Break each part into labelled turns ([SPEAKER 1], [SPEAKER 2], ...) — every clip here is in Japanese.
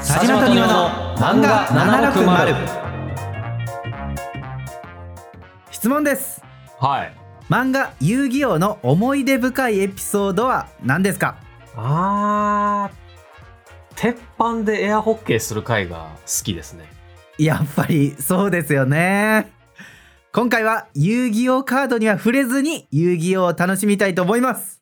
[SPEAKER 1] 佐島と庭の漫画760
[SPEAKER 2] 質問です
[SPEAKER 1] はい
[SPEAKER 2] 漫画遊戯王の思い出深いエピソードは何ですか
[SPEAKER 1] あー鉄板でエアホッケーする回が好きですね
[SPEAKER 2] やっぱりそうですよね今回は遊戯王カードには触れずに遊戯王を楽しみたいと思います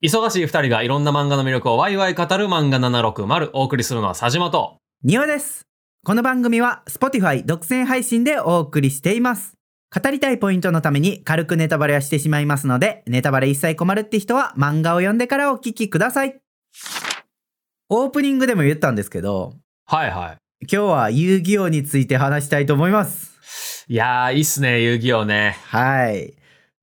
[SPEAKER 1] 忙しい二人がいろんな漫画の魅力をワイワイ語る漫画760お送りするのは佐島と
[SPEAKER 2] 庭ですこの番組は Spotify 独占配信でお送りしています語りたいポイントのために軽くネタバレはしてしまいますのでネタバレ一切困るって人は漫画を読んでからお聞きくださいオープニングでも言ったんですけど
[SPEAKER 1] はいは
[SPEAKER 2] 今日は遊戯王について話したいと思います
[SPEAKER 1] いいやーいいっすね遊戯王ね
[SPEAKER 2] はい。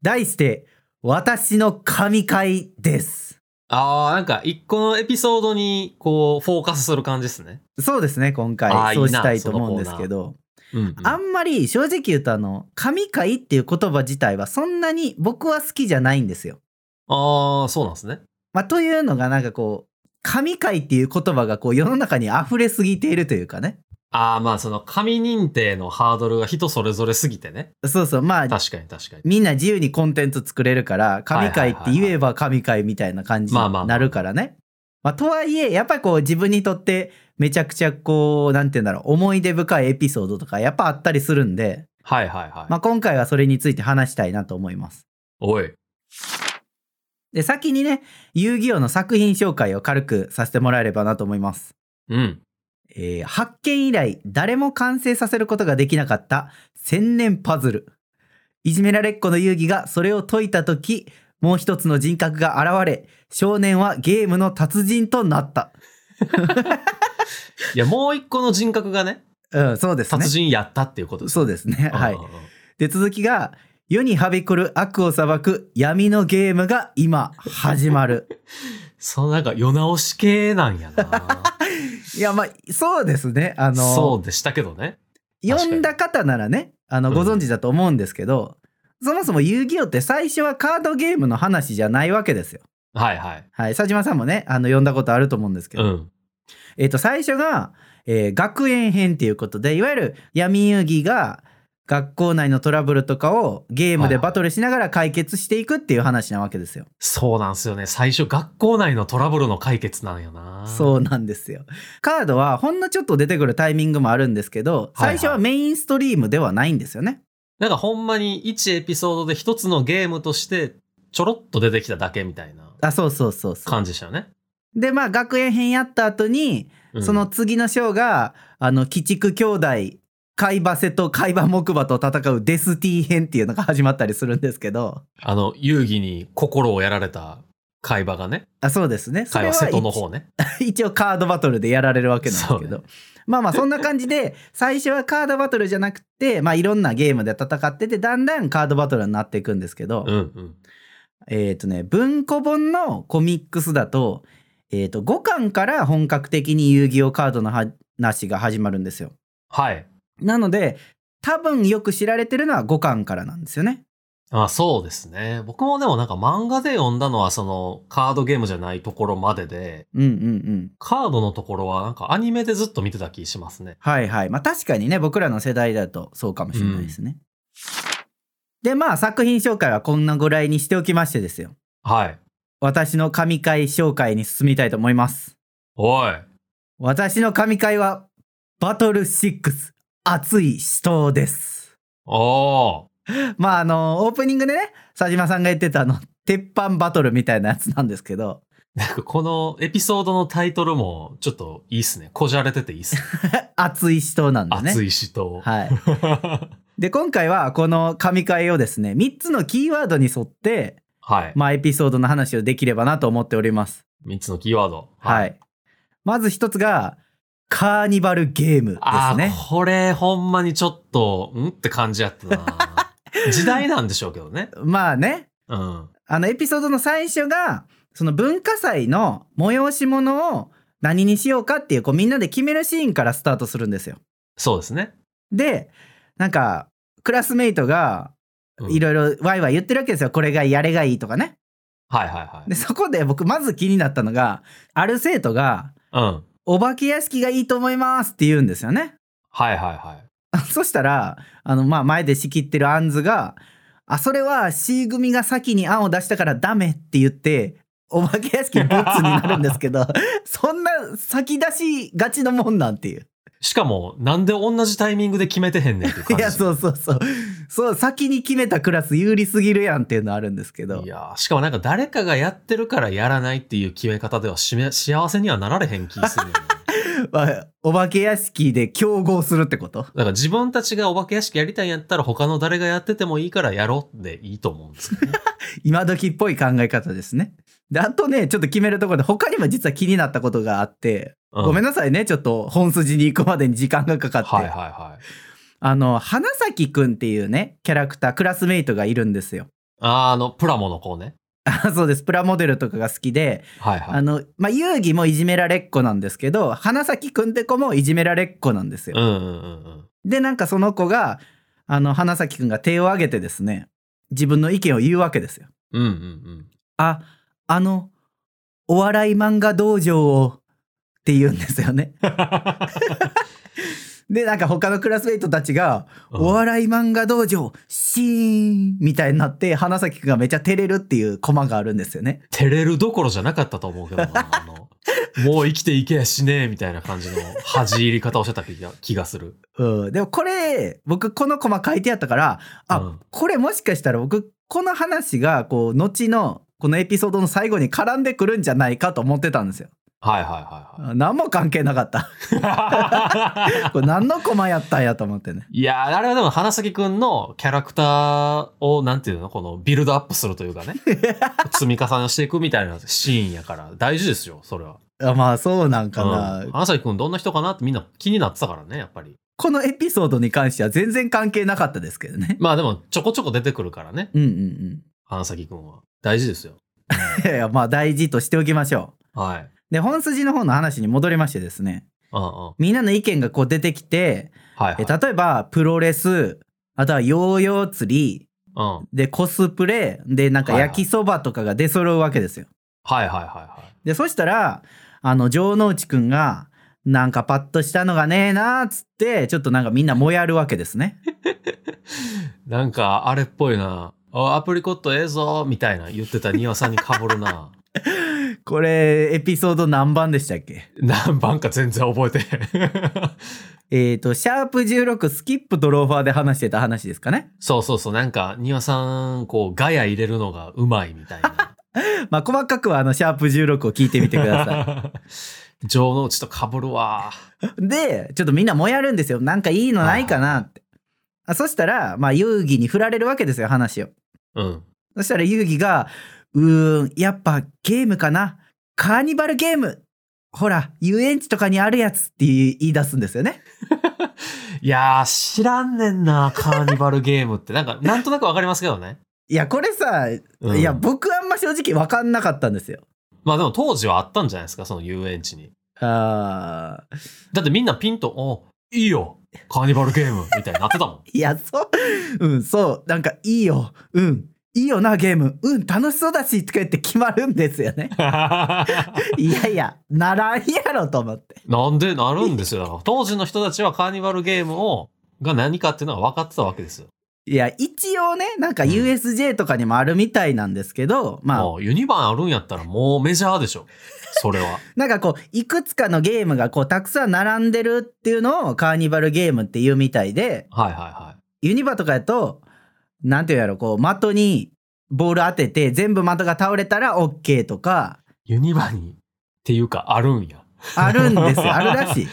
[SPEAKER 2] 題して、私の神回です。
[SPEAKER 1] あーなんか一個のエピソードにこうフォーカスする感じですね
[SPEAKER 2] そうですね、今
[SPEAKER 1] あー
[SPEAKER 2] 回。そうい
[SPEAKER 1] いな
[SPEAKER 2] したいと思うんですけど。
[SPEAKER 1] うん、うん
[SPEAKER 2] あんまり正直言うと、あの、神回っていう言葉自体はそんなに僕は好きじゃないんですよ。
[SPEAKER 1] あーそうなんですね
[SPEAKER 2] まあ、というのがなんかこう、神回っていう言葉がこう世の中に溢れすぎているというかね。
[SPEAKER 1] ああまあその神認定のハードルが人それぞれすぎてね
[SPEAKER 2] そうそう、まあ、
[SPEAKER 1] 確かに確かに
[SPEAKER 2] みんな自由にコンテンツ作れるから、神回って言えば神回みたいな感じ
[SPEAKER 1] まあまあまあ
[SPEAKER 2] になるからね。まあ、とはいえ、やっぱこう自分にとってめちゃくちゃこう、なんて言うんだろう、思い出深いエピソードとかやっぱあったりするんで、
[SPEAKER 1] はいはいはい、
[SPEAKER 2] まあ今回はそれについて話したいなと思います。
[SPEAKER 1] おい
[SPEAKER 2] で、先にね、遊戯王の作品紹介を軽くさせてもらえればなと思います。
[SPEAKER 1] うん
[SPEAKER 2] えー発見以来誰も完成させることができなかった千年パズルいじめられっ子の遊戯がそれを解いた時もう一つの人格が現れ少年はゲームの達人となった
[SPEAKER 1] いやもう一個の人格がね
[SPEAKER 2] うんそうですね
[SPEAKER 1] 殺人やったっていうことです
[SPEAKER 2] そうですねはい
[SPEAKER 1] うんうんうん
[SPEAKER 2] で続きが世にはびこる悪を裁く闇のゲームが今始まる
[SPEAKER 1] そのなんか世直し系なんやな
[SPEAKER 2] いやまあそうですねあの
[SPEAKER 1] そうでしたけどね確かに
[SPEAKER 2] 読んだ方ならねあの
[SPEAKER 1] うん
[SPEAKER 2] ご存知だと思うんですけど、そもそも遊戯王って最初はカードゲームの話じゃないわけですよ。
[SPEAKER 1] はいはい
[SPEAKER 2] はい、佐島さんもねあの読んだことあると思うんですけ
[SPEAKER 1] う
[SPEAKER 2] ど、
[SPEAKER 1] ん
[SPEAKER 2] えっと最初が、えー学園編っていうことでいわゆる闇遊戯が学校内のトラブルとかをゲームでバトルしながら解決していくっていう話なわけですよ。
[SPEAKER 1] そうなんすよね最初学校内のトラブルの解決なんよな
[SPEAKER 2] そうなんですよ。カードはほんのちょっと出てくるタイミングもあるんですけど
[SPEAKER 1] はい
[SPEAKER 2] 最
[SPEAKER 1] はい
[SPEAKER 2] 初はメインストリームではないんですよね。
[SPEAKER 1] なんかほんまに1エピソードで一つのゲームとしてちょろっと出てきただけみたいな
[SPEAKER 2] あそうそうそうそう。
[SPEAKER 1] 感じでしたよね、
[SPEAKER 2] でまあ学園編やった後に
[SPEAKER 1] うん
[SPEAKER 2] その次の章が、あの、鬼畜兄弟、海馬瀬と海馬木馬と戦うデスティ編っていうのが始まったりするんですけど、
[SPEAKER 1] あの遊戯に心をやられた会話がね
[SPEAKER 2] あそうですね。そ
[SPEAKER 1] 会
[SPEAKER 2] れ
[SPEAKER 1] 話瀬戸の
[SPEAKER 2] は
[SPEAKER 1] 方ね
[SPEAKER 2] 一 一応カードバトルでやられるわけなんですけ
[SPEAKER 1] そう
[SPEAKER 2] ど。まあまあそんな感じで、最初はカードバトルじゃなくて、まあいろんなゲームで戦ってて、だんだんカードバトルになっていくんですけど、
[SPEAKER 1] うんうん
[SPEAKER 2] えっ、とね、文庫本のコミックスだと、えっ、と、5巻から本格的に遊戯王カードの話が始まるんですよ。
[SPEAKER 1] はい
[SPEAKER 2] なので多分よく知られてるのは5巻からなんですよね。
[SPEAKER 1] あそうですね僕もでもなんか漫画で読んだのはそのカードゲームじゃないところまでで
[SPEAKER 2] うんうんうん。
[SPEAKER 1] カードのところはなんかアニメでずっと見てた気しますね
[SPEAKER 2] はいはい。まあ確かにね僕らの世代だとそうかもしれないですね。でまあ作品紹介はこんなぐらいにしておきましてですよ。
[SPEAKER 1] はい
[SPEAKER 2] 私の神回紹介に進みたいと思います。
[SPEAKER 1] おい
[SPEAKER 2] 私の神回はバトル6熱い死闘です。
[SPEAKER 1] おー
[SPEAKER 2] まああのオープニングでね佐島さんが言ってたあの鉄板バトルみたいなやつなんですけど
[SPEAKER 1] なんか このエピソードのタイトルもちょっといいっすねこじゃれてていいっすね
[SPEAKER 2] 熱い死闘 なんだね。
[SPEAKER 1] 熱い死闘
[SPEAKER 2] はい。で今回はこの神回をですね3つのキーワードに沿って、
[SPEAKER 1] はい。
[SPEAKER 2] まあ、エピソードの話をできればなと思っております
[SPEAKER 1] 三つのキーワード。
[SPEAKER 2] はい、。まず一つがカーニバルゲームで
[SPEAKER 1] ああ、
[SPEAKER 2] すね
[SPEAKER 1] これほんまにちょっと、んって感じやっ たな。時代なんでしょうけどね。
[SPEAKER 2] まあね
[SPEAKER 1] うん。
[SPEAKER 2] あのエピソードの最初がその文化祭の催し物を何にしようかっていうこうみんなで決めるシーンからスタートするんですよ
[SPEAKER 1] そうですね。
[SPEAKER 2] でなんかクラスメイトが
[SPEAKER 1] うん
[SPEAKER 2] いろいろワイワイ言ってるわけですよこれがいいあれがいいとかね
[SPEAKER 1] はいはいはい。
[SPEAKER 2] でそこで僕まず気になったのがある生徒が
[SPEAKER 1] うん。
[SPEAKER 2] お化け屋敷がいいと思いますって言うんですよね。
[SPEAKER 1] はいはいはい。
[SPEAKER 2] あそしたら、あの、まあ、前で仕切ってるアンズが、あ、それは C 組が先に案を出したからダメって言って、お化け屋敷ボッツになるんですけど、 そんな先出しがちのもんなんていう。
[SPEAKER 1] しかも、なんで同じタイミングで決めてへんねんっていう感
[SPEAKER 2] い
[SPEAKER 1] じ。
[SPEAKER 2] や、そうそうそう。そう、先に決めたクラス有利すぎるやんっていうのあるんですけど
[SPEAKER 1] い。やーしかもなんか誰かがやってるからやらないっていう決め方ではしめ幸せにはなられへん気するよ ね。
[SPEAKER 2] まあお化け屋敷で競合するってこと
[SPEAKER 1] だから自分たちがお化け屋敷やりたいんやったら他の誰がやっててもいいからやろうでいいと思うんです よね。
[SPEAKER 2] 今時っぽい考え方ですね。で、あとね、ちょっと決めるところで、他にも実は気になったことがあって、ごめ
[SPEAKER 1] ん
[SPEAKER 2] んなさいね、ちょっと本筋に行くまでに時間がかかって。
[SPEAKER 1] はいはいはい。
[SPEAKER 2] あの、花咲くんっていうね、キャラクター、クラスメイトがいるんですよ。
[SPEAKER 1] あーあの、プラモの子ね。
[SPEAKER 2] あそうです。プラモデルとかが好きで、
[SPEAKER 1] はいは
[SPEAKER 2] あ
[SPEAKER 1] い。
[SPEAKER 2] の、まあ、遊戯もいじめられっ子なんですけど、花咲くんって子もいじめられっ子なんですよ
[SPEAKER 1] う。んうんうんうん。
[SPEAKER 2] で、なんかその子が、あの、花咲くんが手を挙げてですね、自分の意見を言うわけですよ。
[SPEAKER 1] うんうんうん。
[SPEAKER 2] あ、あの、お笑い漫画道場をって言うんですよ ね。で、なんか他のクラスメイトたちが、お笑い漫画道場、シーンみたいになって、花咲くんがめちゃ照れるっていうコマがあるんですよね。
[SPEAKER 1] 照れるどころじゃなかったと思うけどな、あの、もう生きていけやしねえみたいな感じの恥じ入り方をしてた気が気がする。
[SPEAKER 2] うん。でもこれ、僕このコマ書いてあったから、あ、
[SPEAKER 1] うん
[SPEAKER 2] これもしかしたら僕、この話が、こう、後の、このエピソードの最後に絡んでくるんじゃないかと思ってたんですよ。
[SPEAKER 1] はいはいはいはい。
[SPEAKER 2] あ何も関係なかった。これ何のコマやったんやと思ってね。
[SPEAKER 1] いやーあれはでも花咲くんのキャラクターをなんていうのこのビルドアップするとい うかね積み重ねをしていくみたいなシーンやから大事ですよそれは、
[SPEAKER 2] あまあそうなんかな、
[SPEAKER 1] うん、花咲くんどんな人かなってみんな気になってたからねやっぱり
[SPEAKER 2] このエピソードに関しては全然関係なかったですけどね
[SPEAKER 1] まあでもちょこちょこ出てくるからね
[SPEAKER 2] うんうんうん
[SPEAKER 1] 花咲くんは大事ですよ
[SPEAKER 2] いやいやまあ大事としておきましょ
[SPEAKER 1] はい、
[SPEAKER 2] うで本筋の方の話に戻りましてですね
[SPEAKER 1] うんうん、はい
[SPEAKER 2] みんなの意見がこう出てきて、
[SPEAKER 1] はい、
[SPEAKER 2] え例えばプロレスあとはヨーヨー釣り
[SPEAKER 1] うん、はい
[SPEAKER 2] でコスプレでなんか
[SPEAKER 1] はいはい
[SPEAKER 2] 焼きそばとかが出揃うわけですよ、
[SPEAKER 1] はいはいはい
[SPEAKER 2] でそしたらあの城之内くんがなんかパッとしたのがねえなーっつってちょっとなんかみんなもやるわけですね
[SPEAKER 1] なんかあれっぽいなあアプリコットええぞみたいな言ってた庭さんにかぶるな
[SPEAKER 2] これエピソード何番でしたっけ
[SPEAKER 1] 何番か全然覚えてへん
[SPEAKER 2] えー、と、シャープ16スキップとローファーで話してた話ですかね。
[SPEAKER 1] そうそうそう、なんか、庭さん、こう、ガヤ入れるのがうまいみたいな。
[SPEAKER 2] まあ、細かくはあの、シャープ16を聞いてみてくださ
[SPEAKER 1] さい。城之内とかぶるわ。
[SPEAKER 2] い。で、ちょっとみんなもやるんですよ。なんかいいのないかなって。あそしたら、まあ、遊戯に振られるわけですよ、話を。
[SPEAKER 1] うん。
[SPEAKER 2] そしたら遊戯が、うーん、やっぱゲームかな。カーニバルゲーム。ほら、遊園地とかにあるやつって言い出すんですよね。
[SPEAKER 1] いやー、知らんねんな、カーニバルゲームって。なんか、なんとなくわかりますけどね。
[SPEAKER 2] いや、これさ、
[SPEAKER 1] うん
[SPEAKER 2] いや、僕あんま正直わかんなかったんですよ。
[SPEAKER 1] まあでも当時はあったんじゃないですか、その遊園地に。
[SPEAKER 2] あー。
[SPEAKER 1] だってみんなピンと、おいいよ、カーニバルゲームみたいになって たもん。。
[SPEAKER 2] いや、そう、うん、そう、なんかいいよ、うん、いいよな、ゲーム、うん、楽しそうだし、とか言って決まるんですよね
[SPEAKER 1] ない
[SPEAKER 2] やいや、ならんやろと思って。
[SPEAKER 1] んでなるんですよ。だから当時の人たちはカーニバルゲームを、が何かっていうのは分かってたわけですよ。
[SPEAKER 2] いや、一応ね、なんか
[SPEAKER 1] うん
[SPEAKER 2] USJ とかにもあるみたいなんですけど、まあ、
[SPEAKER 1] もうユニバーンあるんやったらもうメジャーで しょ。それは。
[SPEAKER 2] なんかこう、いくつかのゲームがこう、たくさん並んでるっていうのをカーニバルゲームっていうみたいで、
[SPEAKER 1] はいはいはい。
[SPEAKER 2] ユニバとかやと、なんていうんやろ、こう、的にボール当てて、全部的が倒れたら OK とか、
[SPEAKER 1] ユニバにっていうかあるんや。
[SPEAKER 2] あるんですよ。あるらしい。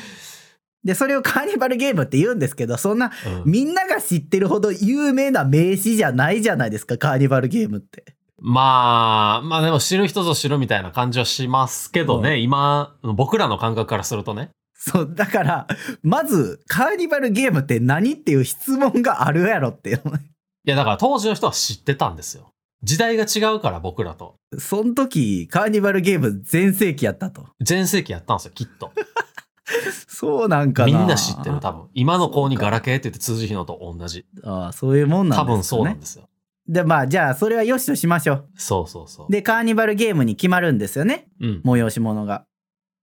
[SPEAKER 2] で、それをカーニバルゲームって言うんですけど、そんな
[SPEAKER 1] うん、
[SPEAKER 2] みんなが知ってるほど有名な名詞じゃないじゃないですか、カーニバルゲームって。
[SPEAKER 1] まあ、まあでも知る人ぞ知るみたいな感じはしますけどね、今、僕らの感覚からするとね。
[SPEAKER 2] そう、だから、まず、カーニバルゲームって何っていう質問があるやろっていう。
[SPEAKER 1] いやだから当時の人は知ってたんですよ。時代が違うから僕らと。
[SPEAKER 2] その時、カーニバルゲーム全盛期やったと。
[SPEAKER 1] 全盛期やったんですよ、きっと。
[SPEAKER 2] そうなんかな。
[SPEAKER 1] みんな知ってる、多分。今の子にガラケーって言って通じるのと同じ。
[SPEAKER 2] ああ、そういうもんな
[SPEAKER 1] 多
[SPEAKER 2] んで
[SPEAKER 1] 分
[SPEAKER 2] すか
[SPEAKER 1] そうなん
[SPEAKER 2] ね。
[SPEAKER 1] ですよ。
[SPEAKER 2] で、まあ、じゃあ、それはよしとしましょ。
[SPEAKER 1] そうそうそうう。
[SPEAKER 2] で、カーニバルゲームに決まるんですよね。
[SPEAKER 1] うん。
[SPEAKER 2] 催し物が。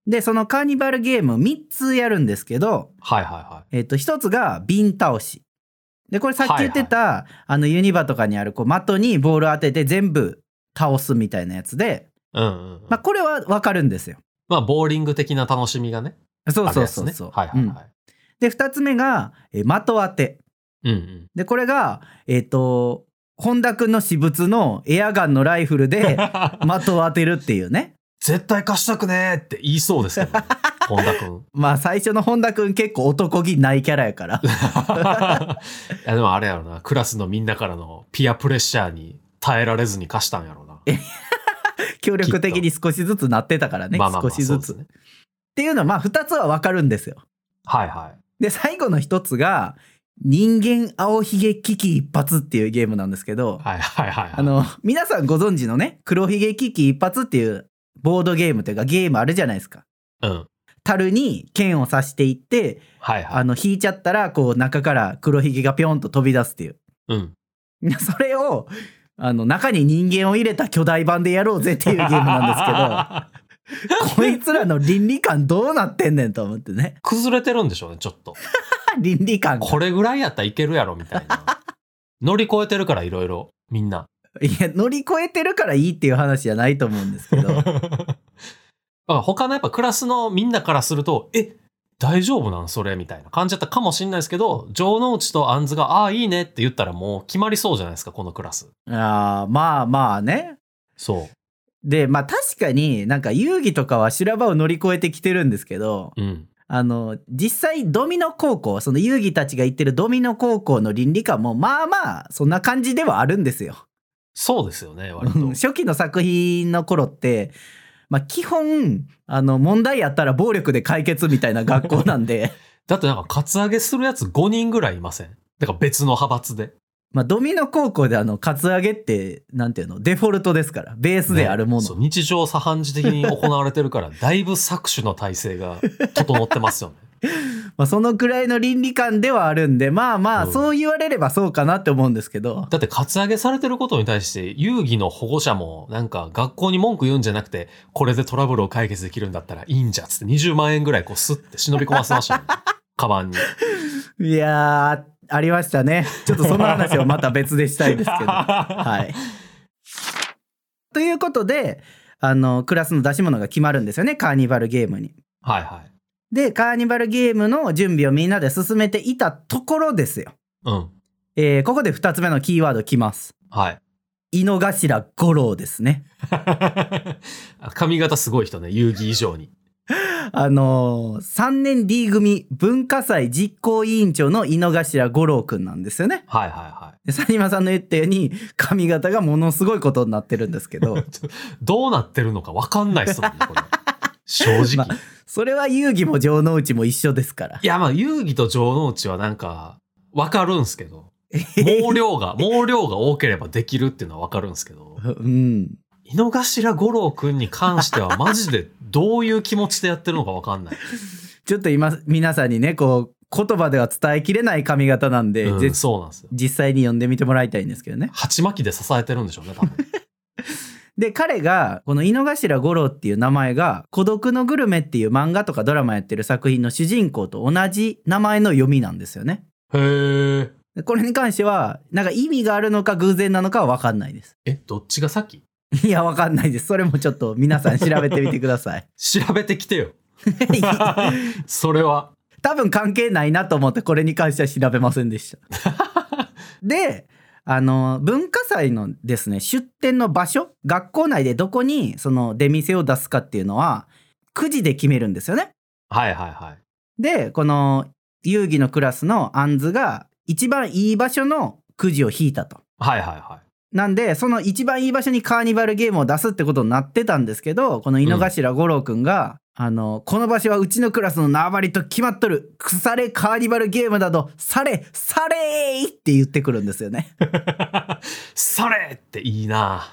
[SPEAKER 2] で、そのカーニバルゲーム3つやるんですけど、
[SPEAKER 1] はいは
[SPEAKER 2] えっと、1つが瓶倒し。で、これさっき言ってた、あの、ユニバとかにある、こう、的にボール当てて全部倒すみたいなやつで、
[SPEAKER 1] いはい。うんうんうん。
[SPEAKER 2] まあ、これはわかるんですよ。
[SPEAKER 1] まあ、ボーリング的な楽しみがね。
[SPEAKER 2] そうそう
[SPEAKER 1] あ
[SPEAKER 2] そ
[SPEAKER 1] る
[SPEAKER 2] う
[SPEAKER 1] やつ
[SPEAKER 2] そう。
[SPEAKER 1] ね。はいはい
[SPEAKER 2] うん
[SPEAKER 1] はい。
[SPEAKER 2] で、2つ目が、えー的当て。
[SPEAKER 1] うんうん。
[SPEAKER 2] で、これが、えっ、と、本田くんの私物のエアガンのライフル で的を当てるっていうね。
[SPEAKER 1] 絶対貸したくねーって言いそうですけ どね。本田くん。
[SPEAKER 2] まあ最初の本田くん結構男気ないキャラやから。
[SPEAKER 1] いやでもあれやろな、クラスのみんなからのピアプレッシャーに耐えられずに貸したんやろな。
[SPEAKER 2] 協力的に少しずつなってたからね。
[SPEAKER 1] まあまあま
[SPEAKER 2] 少
[SPEAKER 1] あ
[SPEAKER 2] しず
[SPEAKER 1] そ
[SPEAKER 2] つ。
[SPEAKER 1] う
[SPEAKER 2] っ
[SPEAKER 1] ですね。
[SPEAKER 2] ていうのはまあ2つはわかるんですよ。
[SPEAKER 1] はいはい。
[SPEAKER 2] で、最後の1つが、人間青ひげ危機一発っていうゲームなんですけど、
[SPEAKER 1] はいはいはいはい。
[SPEAKER 2] あの、皆さんご存知のね、黒ひげ危機一発っていうボードゲームというかゲームあるじゃないですか。
[SPEAKER 1] うん。
[SPEAKER 2] 樽に剣を刺していって、
[SPEAKER 1] はいは
[SPEAKER 2] あ
[SPEAKER 1] い。
[SPEAKER 2] の、引いちゃったら、こう、中から黒ひげがぴょんと飛び出すっていう。
[SPEAKER 1] うん。
[SPEAKER 2] それを、あの、中に人間を入れた巨大版でやろうぜっていうゲームなんで
[SPEAKER 1] です
[SPEAKER 2] す
[SPEAKER 1] けど。
[SPEAKER 2] けど、こいつらの倫理観どうなってんねんと思ってね。
[SPEAKER 1] 崩れてるんでしょうね、ちょっと。
[SPEAKER 2] 倫理観が。
[SPEAKER 1] これぐらいやったらいけるやろ、みたいな。乗り越えてるから、いろいろ。みんな。
[SPEAKER 2] いや、乗り越えてるからいいっていう話じゃないと思うんですけど
[SPEAKER 1] だ。から他のやっぱクラスのみんなからすると、え大丈夫なんそれみたいな感じだったかもしれないですけど、城之内と杏ズが、ああ、いいねって言ったらもう決まりそうじゃないですか、このクラス。
[SPEAKER 2] あーまあまあね。
[SPEAKER 1] そ
[SPEAKER 2] で、まあ確かになんか遊戯とかは修羅場を乗り越えてきてるんですけど、
[SPEAKER 1] う。うん。
[SPEAKER 2] あの、実際ドミノ高校、その遊戯たちが行ってるドミノ高校の倫理観もまあまあそんな感じではあるんですよ。
[SPEAKER 1] そうですよね、割と。
[SPEAKER 2] うん 初期の作品の頃って、まあ、基本あの問題やったら暴力で解決みたいな学校なんで
[SPEAKER 1] だってなんか、カツアゲするやつ5人ぐらいいません。だから別の派閥で。
[SPEAKER 2] まあドミノ高校であのカツアゲってなんていうのデフォルトですからベースであるも
[SPEAKER 1] そ
[SPEAKER 2] の、
[SPEAKER 1] う日常茶飯事的に行われてるから、だいぶ搾取の体制が整ってますよね。
[SPEAKER 2] まあ、そのくらいの倫理観ではあるんでまあまあ
[SPEAKER 1] うん
[SPEAKER 2] そう言われればそうかなって思うんですけど、
[SPEAKER 1] だって、カツアゲされてることに対して、遊戯の保護者も、なんか、学校に文句言うんじゃなくて、これでトラブルを解決できるんだったらいいんじゃ、つって20万円ぐらいこう、スッて忍び込ませまし たよね。カバンに。
[SPEAKER 2] いやーありましたねちょっとその話をまた別でしたいです けどは。
[SPEAKER 1] はい
[SPEAKER 2] ということであのクラスの出し物が決まるんですよねカーニバルゲームに。
[SPEAKER 1] はいはい。
[SPEAKER 2] で、カーニバルゲームの準備をみんなで進めていたところですよ。
[SPEAKER 1] うん。
[SPEAKER 2] えーここで2つ目のキーワードきます。
[SPEAKER 1] はい。
[SPEAKER 2] 井の頭五郎ですね。
[SPEAKER 1] 髪型すごい人ね、遊戯以上に。
[SPEAKER 2] あのー、3年 D 組文化祭実行委員長の井の頭五郎くんなんですよね。
[SPEAKER 1] はいはいはい。
[SPEAKER 2] でサニマさんの言ったように髪型がものすごいことになってるんですけ ど
[SPEAKER 1] どうなってるのか分かんないっすもんね、これ。正直。
[SPEAKER 2] まそれは遊戯も城之内も一緒ですから
[SPEAKER 1] いや、まあ、遊戯と城之内はなんか、分かるんす けど、毛量が、毛量が多ければできるっていうのは分かるんすけど、
[SPEAKER 2] うん
[SPEAKER 1] 井の頭五郎くんに関しては、マジでどういう気持ちでやってるのか分かんない。
[SPEAKER 2] ちょっと今皆さんにねこう言葉では伝えきれない髪型なんで、
[SPEAKER 1] う
[SPEAKER 2] ぜ
[SPEAKER 1] ん、そうなんですよ。
[SPEAKER 2] 実際に読んでみてもらいたいんですけどね
[SPEAKER 1] 鉢巻きで支えてるんでしょうね、多分。
[SPEAKER 2] で彼がこの井の頭五郎っていう名前が「孤独のグルメ」っていう漫画とかドラマやってる作品の主人公と同じ名前の読みなんですよね。
[SPEAKER 1] へー
[SPEAKER 2] でこれに関してはなんか意味があるのか偶然なのかは分かんないです。
[SPEAKER 1] え、どっちが先
[SPEAKER 2] いや分かんないです。それもちょっと皆さん調べてみてください。
[SPEAKER 1] 調べてきてよ。
[SPEAKER 2] い や
[SPEAKER 1] それは。
[SPEAKER 2] 多分関係ないなと思ってこれに関しては調べませんでした。であの文化祭のですね出展の場所学校内でどこにその出店を出すかっていうのはくじで決めるんですよね。
[SPEAKER 1] はいはいはい。
[SPEAKER 2] でこの遊戯のクラスのアンズが一番いい場所のくじを引いたと。
[SPEAKER 1] はいはいはい。
[SPEAKER 2] なんでその一番いい場所にカーニバルゲームを出すってことになってたんですけどこの井の頭五郎くんが、あの「この場所はうちのクラスの縄張りと決まっとる腐れカーニバルゲームなどされされー!」って言ってくるんですよね。
[SPEAKER 1] それっていいな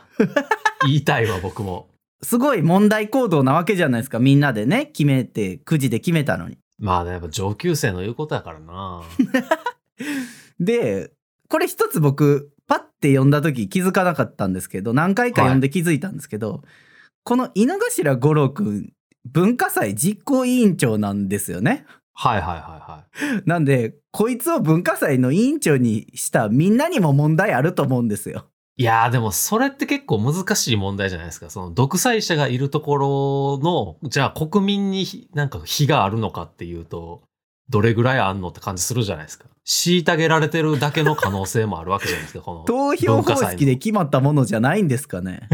[SPEAKER 1] 言いたいわ僕も
[SPEAKER 2] すごい問題行動なわけじゃないですかみんなでね決めてくじで決めたのに。
[SPEAKER 1] まあねやっぱ上級生の言うことやからな
[SPEAKER 2] でこれ一つ僕パッて読んだ時気づかなかったんですけど何回か読んで気づいたんですけど、この井の頭五郎くん文化祭実行委員長なんですよね。
[SPEAKER 1] はいはいはいはい。
[SPEAKER 2] なんで、こいつを文化祭の委員長にしたみんなにも問題あると思うんですよ。
[SPEAKER 1] いやーでもそれって結構難しい問題じゃないですか。その独裁者がいるところの、じゃあ国民にひなんか非があるのかっていうと、どれぐらいあんのって感じするじゃないですか。虐げられてるだけの可能性もあるわけじゃないですか。この、
[SPEAKER 2] 投票方式で決まったものじゃないんですか ね。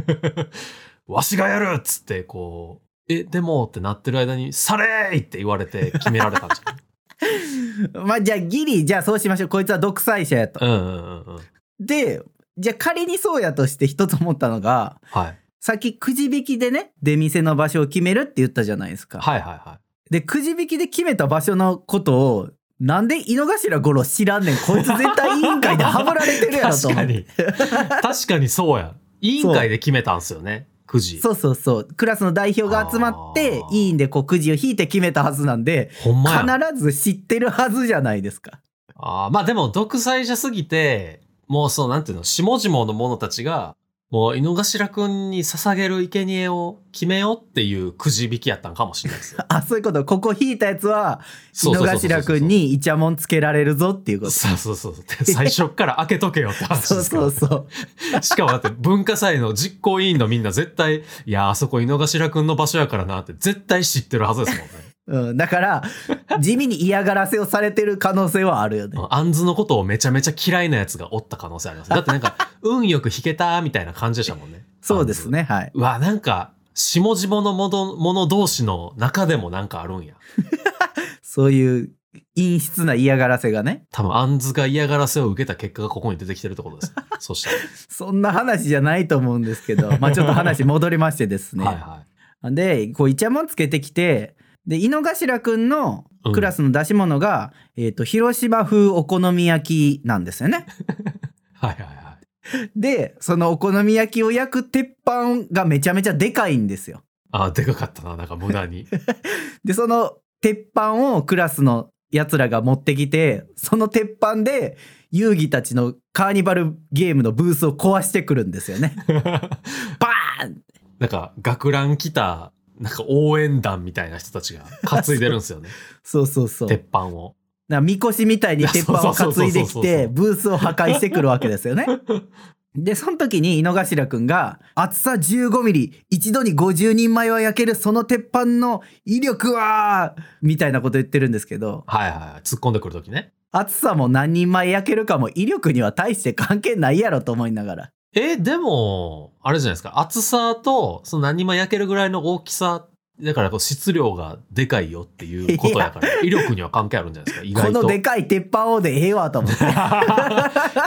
[SPEAKER 1] わしがやるっつってこう、え、でもってなってる間に、されーいって言われて決められたんじ ゃない
[SPEAKER 2] まあじゃあギリ、じゃあそうしましょう。こいつは独裁者やと。
[SPEAKER 1] うんうんうんうん。
[SPEAKER 2] で、じゃあ仮にそうやとして一つ思ったのが、
[SPEAKER 1] はい。
[SPEAKER 2] さっきくじ引きでね、出店の場所を決めるって言ったじゃないですか。
[SPEAKER 1] はいはいは
[SPEAKER 2] で、くじ引きで決めた場所のことを、なんで井の頭五郎知らんねん。こいつ絶対委員会でハブられてる
[SPEAKER 1] い。
[SPEAKER 2] やろと
[SPEAKER 1] 確
[SPEAKER 2] 思
[SPEAKER 1] か
[SPEAKER 2] って。
[SPEAKER 1] に。確かにそうや。委員会で決めたんすよね。くじ。
[SPEAKER 2] そうそうそう。クラスの代表が集まって
[SPEAKER 1] あ、ー
[SPEAKER 2] 委員でこうくじを引いて決めたはずなんで、
[SPEAKER 1] ほんまや。
[SPEAKER 2] 必ず知ってるはずじゃないですか。。
[SPEAKER 1] あーまあでも独裁者すぎて、もうそうなんていうの、下々の者たちが、もう井の頭くんに捧げる生贄を決めようっていうくじ引きやったんかもしれないですよ
[SPEAKER 2] あ、そういうこと。ここ引いたやつは、井
[SPEAKER 1] そう
[SPEAKER 2] の
[SPEAKER 1] そうそうそう
[SPEAKER 2] 頭くん。にイチャモンつけられるぞっていうこと。
[SPEAKER 1] そうそうそうそう。最初っから開けとけよって話
[SPEAKER 2] そ
[SPEAKER 1] で
[SPEAKER 2] う
[SPEAKER 1] すか
[SPEAKER 2] そ
[SPEAKER 1] ら
[SPEAKER 2] うそう。
[SPEAKER 1] しかもだって文化祭の実行委員のみんな絶対、いや、あそこ井の頭くんの場所やからなって絶対知ってるはずですも んね。
[SPEAKER 2] うん、だから、地味に嫌がらせをされてる可能性はあるよね。
[SPEAKER 1] あんずのことをめちゃめちゃ嫌いなやつがおった可能性あります。だってなんか、運よく弾けたみたいな感じでしたもんね。
[SPEAKER 2] そうですね、はい。
[SPEAKER 1] うわ、なんか、下々のもど者同士の中でもなんかあるんや。
[SPEAKER 2] そういう陰湿な嫌がらせがね。
[SPEAKER 1] 多分、あんずが嫌がらせを受けた結果がここに出てきてるってこと です。そした
[SPEAKER 2] そんな話じゃないと思うんですけ ど、まあちょっと話戻りましてですね。
[SPEAKER 1] ら。はいは
[SPEAKER 2] で、こうイチャモンつけてきて、で、井の頭くんのクラスの出し物が、えっ、と、広島風お好み焼きなんですよね。
[SPEAKER 1] い。はいはいはい。
[SPEAKER 2] で、そのお好み焼きを焼く鉄板がめちゃめちゃでかいんですよ。
[SPEAKER 1] あ、でかかったな、なんか無駄に。
[SPEAKER 2] で、その鉄板をクラスの奴らが持ってきて、その鉄板で遊戯たちのカーニバルゲームのブースを壊してくるんですよね。バーン
[SPEAKER 1] なんか、学ラン来た、なんか応援団みたいな人たちが担いでるんですよね。
[SPEAKER 2] そうそう そう。
[SPEAKER 1] 鉄板を。
[SPEAKER 2] なみこしみたいに鉄板を担いでき
[SPEAKER 1] そうそうそうそうそ
[SPEAKER 2] て
[SPEAKER 1] う
[SPEAKER 2] ブースを破壊してくるわけですよ ね。でその時に井の頭くんが厚さ1 5ミリ一度に50人前は焼けるその鉄板の威力はみたいなこと言ってるんですけど
[SPEAKER 1] はいはいはい。突っ込んでくるときね。
[SPEAKER 2] 厚さも何人前焼けるかも威力には大して関係ないやろと思いながら
[SPEAKER 1] え、でも、あれじゃないですか。厚さと、その何も焼けるぐらいの大きさ、だからこう質量がでかいよっていうことやから、威力には関係あるんじゃないですか、意
[SPEAKER 2] こ
[SPEAKER 1] 外と。
[SPEAKER 2] のでかい鉄板をでええわと思って
[SPEAKER 1] い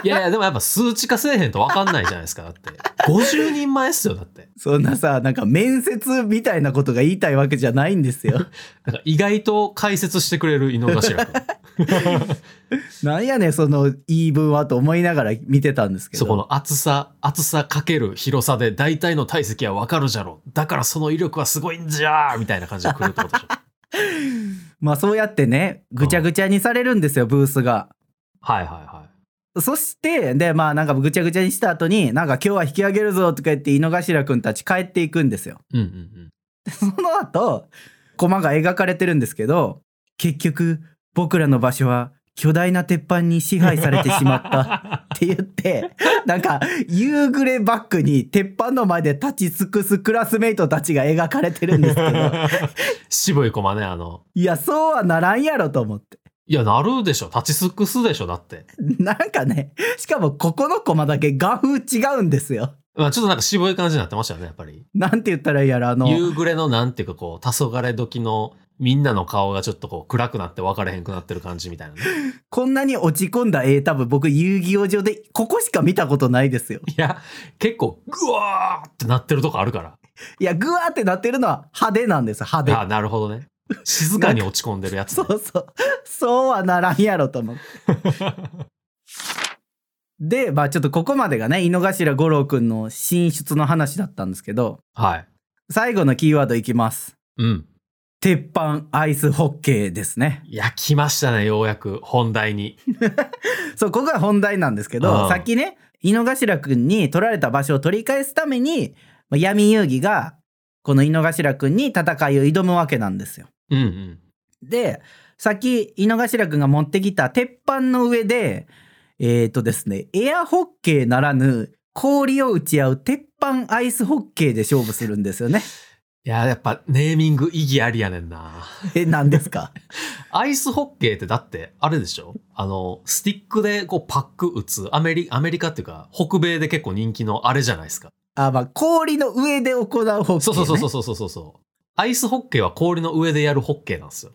[SPEAKER 1] やいや、でもやっぱ数値化せえへんと分かんないじゃないですか、だって。50人前っすよ、だって。
[SPEAKER 2] そんなさなんか面接みたいなことが言いたいわけじゃないんです よ。
[SPEAKER 1] なんか意外と解説してくれる井の 頭君。
[SPEAKER 2] なんやねんその言い分はと思いながら見てたんですけど
[SPEAKER 1] そこの厚さ、厚さかける広さで大体の体積は分かるじゃろ。だからその威力はすごいんじゃーみたいな感じで来るっ てことでしょ。
[SPEAKER 2] まあそうやってね、ぐちゃぐちゃにされるんですよ、ブースが。
[SPEAKER 1] はいはいはい。
[SPEAKER 2] そして、で、まあなんかぐちゃぐちゃにした後に、なんか今日は引き上げるぞとか言って井の頭くんたち帰っていくんですよ。
[SPEAKER 1] う んうん
[SPEAKER 2] その後、コマが描かれてるんですけど、結局、僕らの場所は巨大な鉄板に支配されてしまったっ
[SPEAKER 1] った。
[SPEAKER 2] て言って、なんか夕暮れバックに鉄板の前で立ち尽くすクラスメイトたちが描かれてるんですけ ど、
[SPEAKER 1] 渋いコマね、あの。
[SPEAKER 2] いや、そうはならんやろと思って。
[SPEAKER 1] いや、なるでしょ。立ち尽くすでしょ、だって。
[SPEAKER 2] なんかね、しかもここのコマだけ画風違うんですよ。
[SPEAKER 1] まあ、ちょっとなんか渋い感じになってましたよね、やっぱり。
[SPEAKER 2] なんて言ったらいいやら、あの、
[SPEAKER 1] 夕暮れのなんていうかこう、黄昏時のみんなの顔がちょっとこう暗くなって分かれへんくなってる感じみたいなね。
[SPEAKER 2] こんなに落ち込んだ絵多分僕遊戯王上でここしか見たことないですよ。
[SPEAKER 1] いや、結構グワーってなってるとこあるから。
[SPEAKER 2] いや、グワーってなってるのは派手なんです、
[SPEAKER 1] あ
[SPEAKER 2] 派
[SPEAKER 1] なるほどね。静かに落ち込んでるや
[SPEAKER 2] 手。
[SPEAKER 1] つ、
[SPEAKER 2] そ
[SPEAKER 1] ね。
[SPEAKER 2] うそう。そうはならんやろと思 って。で、まあちょっとここまでがね、井の頭五郎くんの進出の話だったんですけど、
[SPEAKER 1] はい。
[SPEAKER 2] 最後のキーワードいきます。
[SPEAKER 1] うん。
[SPEAKER 2] 鉄板アイスホッケーですね。
[SPEAKER 1] いや、来ましたね、ようやく、本題に。
[SPEAKER 2] そう、ここが本題なんですけど、
[SPEAKER 1] うん
[SPEAKER 2] さっきね、井の頭くんに取られた場所を取り返すために、まあ闇遊戯がこの井之頭くんに戦いを挑むわけなんですよ。
[SPEAKER 1] うんうん。
[SPEAKER 2] で、さっき井之頭くんが持ってきた鉄板の上で、えっ、とですね、エアホッケーならぬ氷を打ち合う鉄板アイスホッケーで勝負するんですよ ね。
[SPEAKER 1] いや、やっぱネーミング意義ありやねんな。
[SPEAKER 2] え、何ですか
[SPEAKER 1] アイスホッケーってだって、あれでしょあの、スティックでこうパック打つ、アメリアメリカっていうか、北米で結構人気のあれじゃないですか。
[SPEAKER 2] あ、まあ、氷の上で行うホッケー、ね。
[SPEAKER 1] そうそうそうそうそうそうそう。アイスホッケーは氷の上でやるホッケーなんですよ。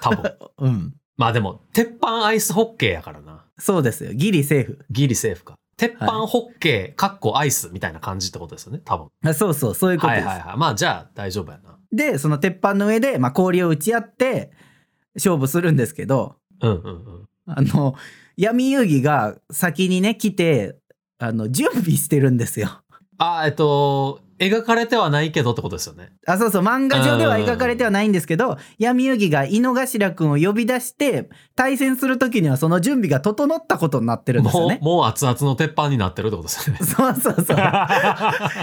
[SPEAKER 1] 多 分。
[SPEAKER 2] う。うん。
[SPEAKER 1] まあでも、鉄板アイスホッケーやからな。
[SPEAKER 2] そうですよ。ギリセーフ。
[SPEAKER 1] ギリセーフか。鉄板ホッケー、かっこアイスみたいな感じってことですよね、多分。
[SPEAKER 2] あそうそう、そういうこと
[SPEAKER 1] は
[SPEAKER 2] で
[SPEAKER 1] い
[SPEAKER 2] す。
[SPEAKER 1] はいはい。まあじゃあ大丈夫やな。
[SPEAKER 2] で、その鉄板の上で、まあ、氷を打ち合って、勝負するんですけど、
[SPEAKER 1] うんうんうん。
[SPEAKER 2] あの、闇遊戯が先にね、来て、あの、準備してるんですよ。
[SPEAKER 1] あー、えっと、描かれてはないけどってことですよね。
[SPEAKER 2] あ、そうそう、漫画上では描かれてはないんですけど、闇遊戯が井之頭くんを呼び出して、対戦する時にはその準備が整ったことになってるんですよ
[SPEAKER 1] も
[SPEAKER 2] ね。
[SPEAKER 1] う、。もう熱々の鉄板になってるってことですよね
[SPEAKER 2] そうそう そう。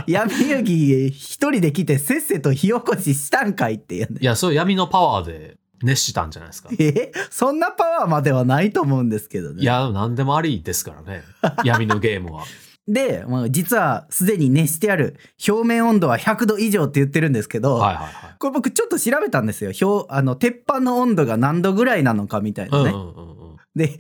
[SPEAKER 2] 闇遊戯一人で来てせっせと火起こししたんかいっていうね
[SPEAKER 1] いや、そういう闇のパワーで熱したんじゃないですか。い
[SPEAKER 2] えそんなパワーまではないと思うんですけどね。
[SPEAKER 1] や、何でもありですからね。闇のゲ ームは。
[SPEAKER 2] で、まあ、実はすでに熱してある表面温度は100度以上って言ってるんですけど、
[SPEAKER 1] はいはいはい。
[SPEAKER 2] これ僕ちょっと調べたんですよ表あの鉄板の温度が何度ぐらいなのかみたい
[SPEAKER 1] うん
[SPEAKER 2] な
[SPEAKER 1] う
[SPEAKER 2] ね。
[SPEAKER 1] んうんうん。
[SPEAKER 2] で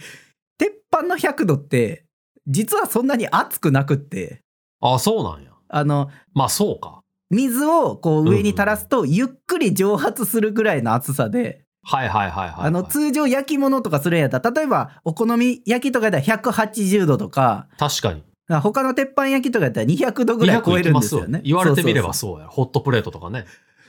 [SPEAKER 2] 鉄板の100度って実はそんなに熱くなくって
[SPEAKER 1] あ、そうなんや。
[SPEAKER 2] あの
[SPEAKER 1] まあそうか。
[SPEAKER 2] 水をこう上に垂らすとゆっくり蒸発するぐらいの熱さで。
[SPEAKER 1] はいはいはいはいはい。
[SPEAKER 2] あの通常焼き物とかするんやったら例えばお好み焼きとかやったら180度とか
[SPEAKER 1] 確かに。
[SPEAKER 2] 他の鉄板焼きとかやったら200度ぐらい超えるんですよね
[SPEAKER 1] 200いきます言われてみれば
[SPEAKER 2] そう
[SPEAKER 1] そうや。ホットプレートとかね。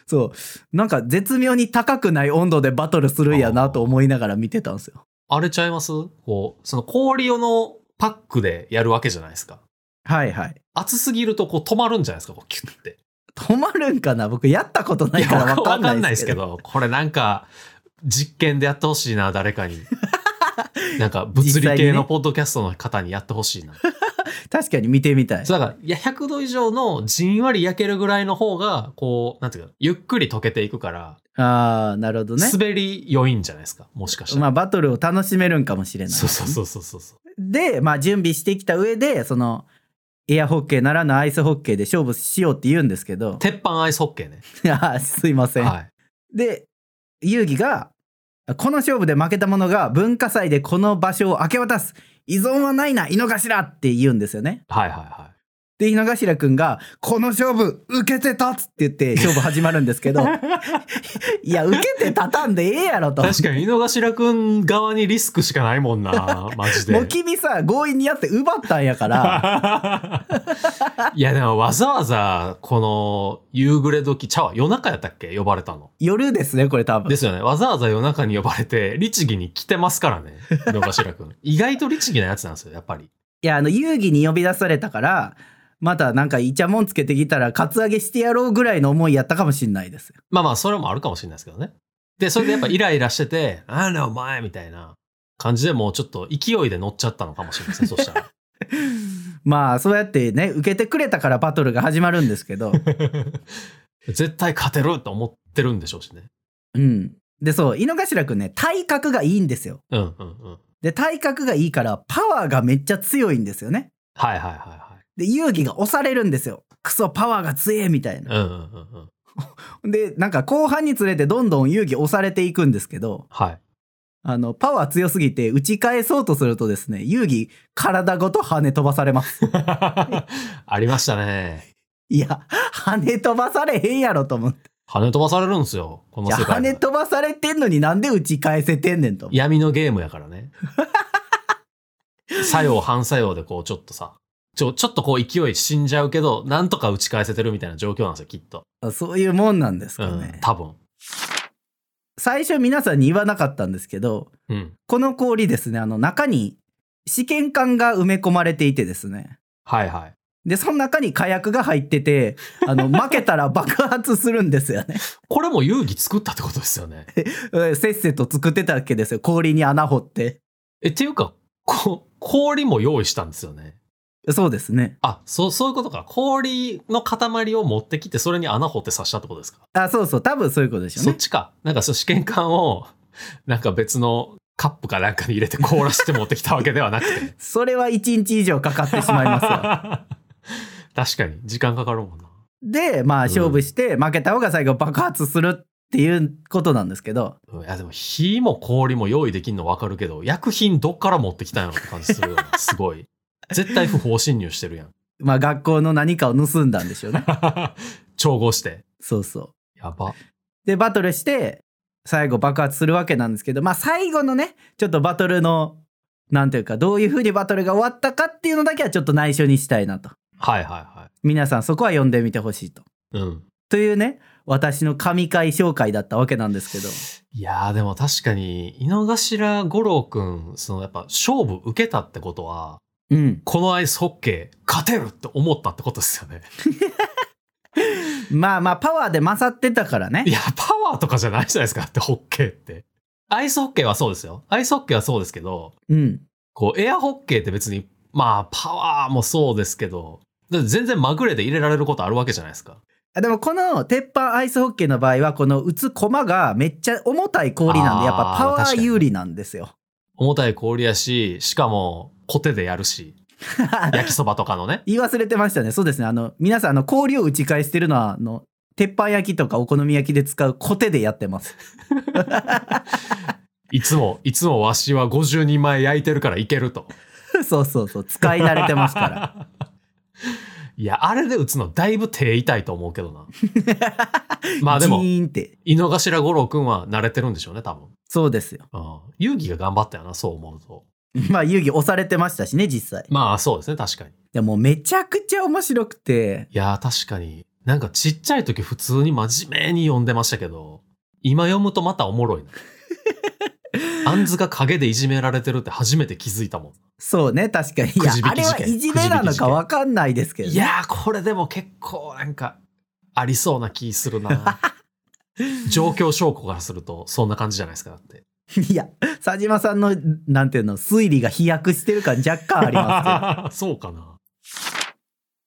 [SPEAKER 2] そうそうそうなんか絶妙に高くない温度でバトルするんやなと思いながら見てたんですよ
[SPEAKER 1] あれちゃいますこう、その氷用のパックでやるわけじゃないですか。
[SPEAKER 2] はいはい
[SPEAKER 1] 熱すぎるとこう止まるんじゃないですかこうキュッて。
[SPEAKER 2] 止まるんかな僕やったことないから
[SPEAKER 1] わ
[SPEAKER 2] 分か
[SPEAKER 1] か
[SPEAKER 2] ん
[SPEAKER 1] ん
[SPEAKER 2] な
[SPEAKER 1] な
[SPEAKER 2] いい
[SPEAKER 1] で
[SPEAKER 2] ですす
[SPEAKER 1] け
[SPEAKER 2] けど
[SPEAKER 1] ど、これなんか実験でやってほしいな、誰かに。なんか物理系のポッドキャストの方にやってほしいな。
[SPEAKER 2] 確かに見てみたい
[SPEAKER 1] そうだから、いや、100度以上のじんわり焼けるぐらいの方が、こう、なんていうか、ゆっくり溶けていくから、
[SPEAKER 2] あーなるほどね
[SPEAKER 1] 滑り良いんじゃないですか、もしかしたら。
[SPEAKER 2] まあバトルを楽しめるんかもしれない
[SPEAKER 1] そうそうそうそうそうそう。
[SPEAKER 2] で、まあ、準備してきた上でそのエアホッケーならぬアイスホッケーで勝負しようって言うんですけど
[SPEAKER 1] 鉄板アイスホッケーね。
[SPEAKER 2] あーすいません、
[SPEAKER 1] はい。
[SPEAKER 2] で遊戯がこの勝負で負けた者が文化祭でこの場所を明け渡す依存はないな井の頭って言うんですよね
[SPEAKER 1] はいはいは
[SPEAKER 2] で井の頭くんが「この勝負受けて立つ!」って言って勝負始まるんですけ どいや受けて立たんでええやろと
[SPEAKER 1] い。確かに、井の頭くん側にリスクしかないもんな、マジで。
[SPEAKER 2] もう君さ強引にやって奪ったんやから
[SPEAKER 1] いや、でもわざわざ、この、夕暮れ時、ちゃうわ夜中やったっけ呼ばれたの。
[SPEAKER 2] 夜ですねこれ多分
[SPEAKER 1] ですよね。わざわざ夜中に呼ばれて、律儀に来てますからね、井の頭くん。意外と律儀なやつなんですよ、やっぱり。
[SPEAKER 2] いやあの遊戯に呼び出されたからまたなんかイチャモンつけてきたらカツアゲしてやろうぐらいの思いやったかもしんないです
[SPEAKER 1] まあまあ、それもあるかもしれないですけどね。で、それでやっぱイライラしてて、あんなお前みたいな感じでもうちょっと勢いで乗っちゃったのかもしれません、そしたら。
[SPEAKER 2] まあそうやってね受けてくれたからバトルが始まるんですけど
[SPEAKER 1] 絶対勝てると思ってるんでしょうしね。
[SPEAKER 2] うんでそう井の頭くんね体格がいいんですよ
[SPEAKER 1] うんうんうん。
[SPEAKER 2] で体格がいいからパワーがめっちゃ強いんですよね
[SPEAKER 1] はいはいはいはい。
[SPEAKER 2] で遊戯が押されるんですよクソパワーが強えみたいな
[SPEAKER 1] うんうんうんうん。
[SPEAKER 2] でなんか後半につれてどんどん遊戯押されていくんですけど
[SPEAKER 1] はい。
[SPEAKER 2] あのパワー強すぎて打ち返そうとするとですね遊戯体ごと跳ね飛ばされます
[SPEAKER 1] ありましたね。
[SPEAKER 2] いや、跳ね飛ばされへんやろと思って。
[SPEAKER 1] 跳ね飛ばされるんですよ、この
[SPEAKER 2] じゃあ
[SPEAKER 1] 世
[SPEAKER 2] 跳
[SPEAKER 1] 界で
[SPEAKER 2] ね飛ばされてんのになんで打ち返せてんねんと。
[SPEAKER 1] 闇のゲームやから ね。作用、反作用でこう、ちょっとさ、ちょ、ちょっとこう勢い死んじゃうけど、なんとか打ち返せてるみたいな状況なんですよ、きっと。
[SPEAKER 2] そういうもんなんです
[SPEAKER 1] う
[SPEAKER 2] か
[SPEAKER 1] ん
[SPEAKER 2] ね、。
[SPEAKER 1] 多分。
[SPEAKER 2] 最初皆さんに言わなかったんですけど、
[SPEAKER 1] うん。
[SPEAKER 2] この氷ですね、あの中に試験管が埋め込まれていてですね。
[SPEAKER 1] はいはい。
[SPEAKER 2] で、その中に火薬が入ってて、あ の、負けたら爆発するんですよね。
[SPEAKER 1] これも遊戯作ったってことですよね。
[SPEAKER 2] うんせっせと作ってたわけですよ。氷に穴掘って。
[SPEAKER 1] え、っていうか、こ氷も用意したんですよね。
[SPEAKER 2] そうですね。
[SPEAKER 1] あ、そう、そういうことか。氷の塊を持ってきて、それに穴掘って刺したってことですか
[SPEAKER 2] あ、そうそう、多分そういうことでしょう
[SPEAKER 1] そっ
[SPEAKER 2] ね。
[SPEAKER 1] ちか。なんかそう試験管を、 なんか別のカップかなんかに入れて凍らせて持ってきたわけではなくて。
[SPEAKER 2] それは1日以上かかってしまいます よ。
[SPEAKER 1] 確かに、時間かかるもんな。
[SPEAKER 2] で、まあ
[SPEAKER 1] うん
[SPEAKER 2] 勝負して負けた方が最後爆発するっていうことなんですけど、
[SPEAKER 1] うんいやでも火も氷も用意できんの分かるけど薬品どっから持ってきたんやろって感じするよねすごい絶対不法侵入してる やん
[SPEAKER 2] まあ学校の何かを盗んだんでしょうね。
[SPEAKER 1] 調合して
[SPEAKER 2] そうそう。
[SPEAKER 1] やば
[SPEAKER 2] で、バトルして最後爆発するわけなんですけど、まあ最後のね、ちょっとバトルの、なんていうか、どういう風にバトルが終わったかっていうのだけはちょっと内緒にしたいなと。
[SPEAKER 1] はいは
[SPEAKER 2] 皆さんそこは読んでみてほしいと。
[SPEAKER 1] いはいうん
[SPEAKER 2] というね、私の神回紹介だったわけなんですけど。
[SPEAKER 1] いやーでも確かに井の頭五郎くんそのやっぱ勝負受けたってことは
[SPEAKER 2] うん。
[SPEAKER 1] このアイスホッケー勝てるって思ったってことですよね
[SPEAKER 2] まあまあ、パワーで勝ってたからね
[SPEAKER 1] い。やパワーとかじゃないじゃないですかだってホッケーってアイスホッケーはそうですよアイスホッケーはそうですけど
[SPEAKER 2] うん。
[SPEAKER 1] こう、エアホッケーって別に、まあ、パワーもそうですけど、だって全然まぐれで入れられることあるわけじゃないですか。
[SPEAKER 2] あでもこの鉄板アイスホッケーの場合はこの打つ駒がめっちゃ重たい氷なんでやっぱパ
[SPEAKER 1] あー
[SPEAKER 2] ワ
[SPEAKER 1] 確
[SPEAKER 2] ー
[SPEAKER 1] かに
[SPEAKER 2] 有利なんですよ。。
[SPEAKER 1] 重たい氷やし、しかも、コテでやるし、焼きそばとかのね
[SPEAKER 2] 言い忘れてましたね。そうですね。あの皆さんあの氷を打ち返してるのはあの鉄板焼きとかお好み焼きで使うコテでやってます。
[SPEAKER 1] いつも、いつもわしは50人前焼いてるからいけると。
[SPEAKER 2] そうそうそう使い慣れてますから。
[SPEAKER 1] ら。いや、あれで打つのだいぶ手痛いと思うけ どな。 まあでも
[SPEAKER 2] ジ、ーンって
[SPEAKER 1] 井の頭五郎くんは慣れてるんでしょうね、多分。
[SPEAKER 2] そうですよ。
[SPEAKER 1] うん。勇気が頑張ったよな、そう思うと。
[SPEAKER 2] まあ遊戯押されてましたしね実際。
[SPEAKER 1] まあそうですね、確かに。
[SPEAKER 2] でもめちゃくちゃ面白くて
[SPEAKER 1] いやー確かに。なんかちっちゃい時普通に真面目に読んでましたけど、今読むとまたおもろいな。 あんずが影でいじめられてるって初めて気づいたも
[SPEAKER 2] そうね確かにい
[SPEAKER 1] く
[SPEAKER 2] や
[SPEAKER 1] じ引
[SPEAKER 2] あ
[SPEAKER 1] き事
[SPEAKER 2] れ
[SPEAKER 1] 件
[SPEAKER 2] はいじめなのかわかんないですけ
[SPEAKER 1] ん。
[SPEAKER 2] ど、
[SPEAKER 1] い
[SPEAKER 2] ね、
[SPEAKER 1] やーこれでも結構なんかありそうな気する な。状況証拠からするとそんな感じじゃないですかだって。
[SPEAKER 2] いや、佐島さんの、なんていうの、推理が飛躍してる感若干ありますけど
[SPEAKER 1] そうかな。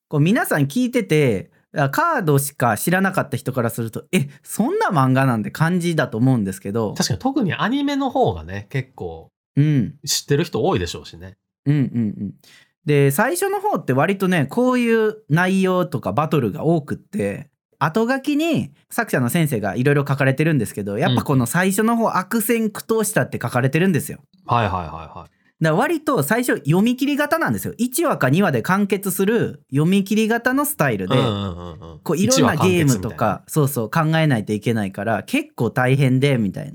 [SPEAKER 2] こう皆さん聞いてて、あカードしか知らなかった人からすると、え、そんな漫画なんて感じだと思うんですけど、
[SPEAKER 1] 確かに特にアニメの方がね結構
[SPEAKER 2] うん、うん、
[SPEAKER 1] 知ってる人多いでしょうしね。
[SPEAKER 2] うん、うん。で、最初の方って割とね、こういう内容とかバトルが多くって、後書きに作者の先生がいろいろ書かれてるんですけど、やっぱこの最初の方、悪戦苦闘したって書かれてるんですよ。
[SPEAKER 1] はいはいはいはい。
[SPEAKER 2] だから割と最初読み切り型なんですよ1話か2話で完結する読み切り型のスタイルで、
[SPEAKER 1] うんうんうんうん
[SPEAKER 2] こういろんなゲームと。
[SPEAKER 1] 一話完結みたいな
[SPEAKER 2] かそうそう考えないといけないから結構大変でみたいな。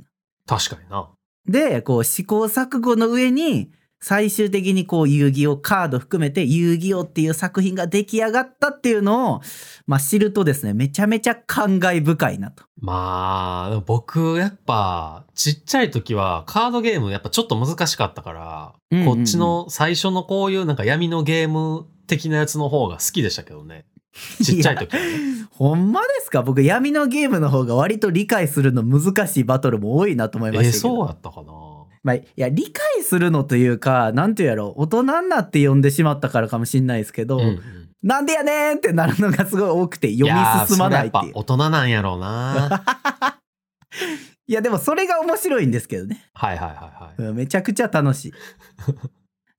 [SPEAKER 1] 確かにな。
[SPEAKER 2] でこう試行錯誤の上に最終的にこう遊戯王カード含めて遊戯王っていう作品が出来上がったっていうのを、まあ、知るとですねめちゃめちゃ感慨深いなと。
[SPEAKER 1] まあ、でも僕、やっぱ、ちっちゃい時は、カードゲーム、やっぱちょっと難しかったから、
[SPEAKER 2] うんうんうん
[SPEAKER 1] こっちの最初のこういうなんか闇のゲーム的なやつの方が好きでしたけどね。ちっちゃ い時はね、
[SPEAKER 2] ほんまですか僕闇のゲームの方が割と理解するの難しいバトルも多いなと思い
[SPEAKER 1] え
[SPEAKER 2] ましたけど。
[SPEAKER 1] ーそうやったかな。
[SPEAKER 2] まあ、いや理解するのというかなんていうやろ大人になって呼んでしまったからかもしれないですけど、
[SPEAKER 1] うんうん
[SPEAKER 2] なんでやねんってなるのがすごい多くて読み進まないっていうい
[SPEAKER 1] やーそれやっぱ
[SPEAKER 2] や
[SPEAKER 1] 大人なんやろうな。
[SPEAKER 2] でもそれが面白いんですけどね、
[SPEAKER 1] はいはいはいはい。
[SPEAKER 2] うんめちゃくちゃ楽 しい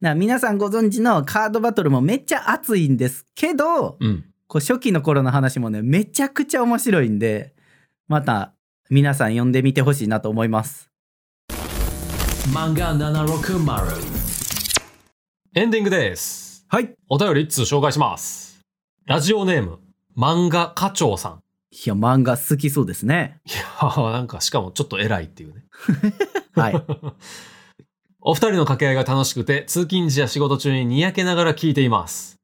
[SPEAKER 2] な皆さんご存知のカードバトルもめっちゃ熱いんですけど
[SPEAKER 1] うん。
[SPEAKER 2] こう初期の頃の話もねめちゃくちゃ面白いんでまた皆さん読んでみてほしいなと思います
[SPEAKER 1] 漫画760。エンディングです。
[SPEAKER 2] はい
[SPEAKER 1] お便り一通紹介します。ラジオネーム、漫画課長さん。
[SPEAKER 2] いや漫画好きそうですね
[SPEAKER 1] いやー なんかしかもちょっと偉いっていうね。
[SPEAKER 2] はい
[SPEAKER 1] お二人の掛け合いが楽しくて、通勤時や仕事中ににやけながら聞いています。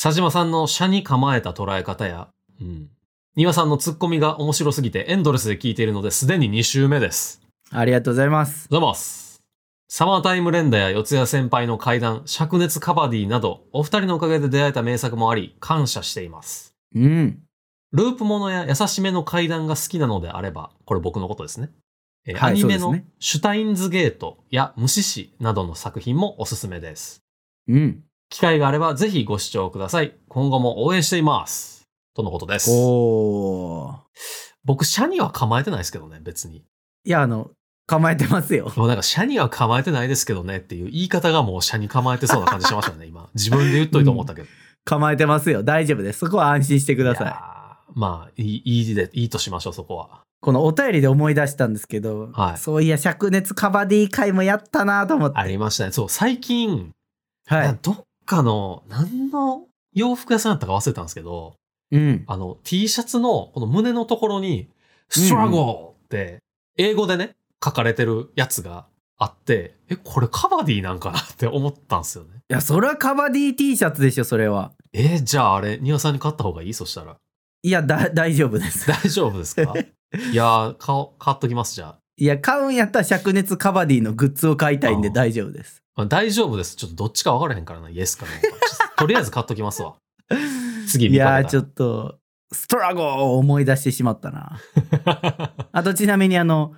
[SPEAKER 1] 佐島さんの車に構えた捉え方や、うん。庭さんのツッコミが面白すぎてエンドレスで聞いているので、すでに2週目です。
[SPEAKER 2] ありがとうございます
[SPEAKER 1] どうもっす。サマータイム連打や四谷先輩の怪談、灼熱カバディなど、お二人のおかげで出会えた名作もあり、感謝しています。
[SPEAKER 2] うん
[SPEAKER 1] ループものや優しめの怪談が好きなのであれば、これ僕のことですね。えー
[SPEAKER 2] はい
[SPEAKER 1] アニメ
[SPEAKER 2] そう
[SPEAKER 1] の
[SPEAKER 2] ですね
[SPEAKER 1] シュタインズゲートや無視死などの作品もおすすめです。
[SPEAKER 2] うん
[SPEAKER 1] 機会があればぜひご視聴ください。今後も応援しています。とのことです。
[SPEAKER 2] おー。
[SPEAKER 1] 僕、シャには構えてないですけどね、別に。
[SPEAKER 2] いや、あの、構えてますよ。
[SPEAKER 1] もうなんか、シャには構えてないですけどねっていう言い方がもうシャに構えてそうな感じしましたね、今。自分で言っといて思ったけど。
[SPEAKER 2] 構えてますよ。大丈夫です。そこは安心してくだ
[SPEAKER 1] い
[SPEAKER 2] さい。
[SPEAKER 1] やーまあ、いい、いいで、いいとしましょう、そこは。
[SPEAKER 2] このお便りで思い出したんですけど、
[SPEAKER 1] はい
[SPEAKER 2] そういや、灼熱カバディ会もやったなと思って。
[SPEAKER 1] ありましたね。そう、最近、
[SPEAKER 2] は
[SPEAKER 1] な。どっかの、何の洋服屋さんだったか忘れたんですけど、
[SPEAKER 2] うん。
[SPEAKER 1] あの、T シャツの、この胸のところに、struggle って、英語でね、書かれてるやつがあって、え、これカバディなんかなって思ったんですよね。
[SPEAKER 2] いや、それはカバディ T シャツでしょ、それは。
[SPEAKER 1] えーじゃああれ、庭さんに買った方がいいそしたら。
[SPEAKER 2] いや、だ、大丈夫です。
[SPEAKER 1] 大丈夫で すかいやー、買お買っときます、じゃあ
[SPEAKER 2] いや、買うんやったら灼熱カバディのグッズを買いたいんで
[SPEAKER 1] あー
[SPEAKER 2] 大丈夫です。
[SPEAKER 1] まあ。大丈夫です。ちょっとどっちか分からへんからな、イエスかノーか。ちょっととりあえず買っときますわ。次
[SPEAKER 2] い
[SPEAKER 1] 見かけたら
[SPEAKER 2] やー、ちょっと、ストラゴーを思い出してしまったな。あと、ちなみに、あの、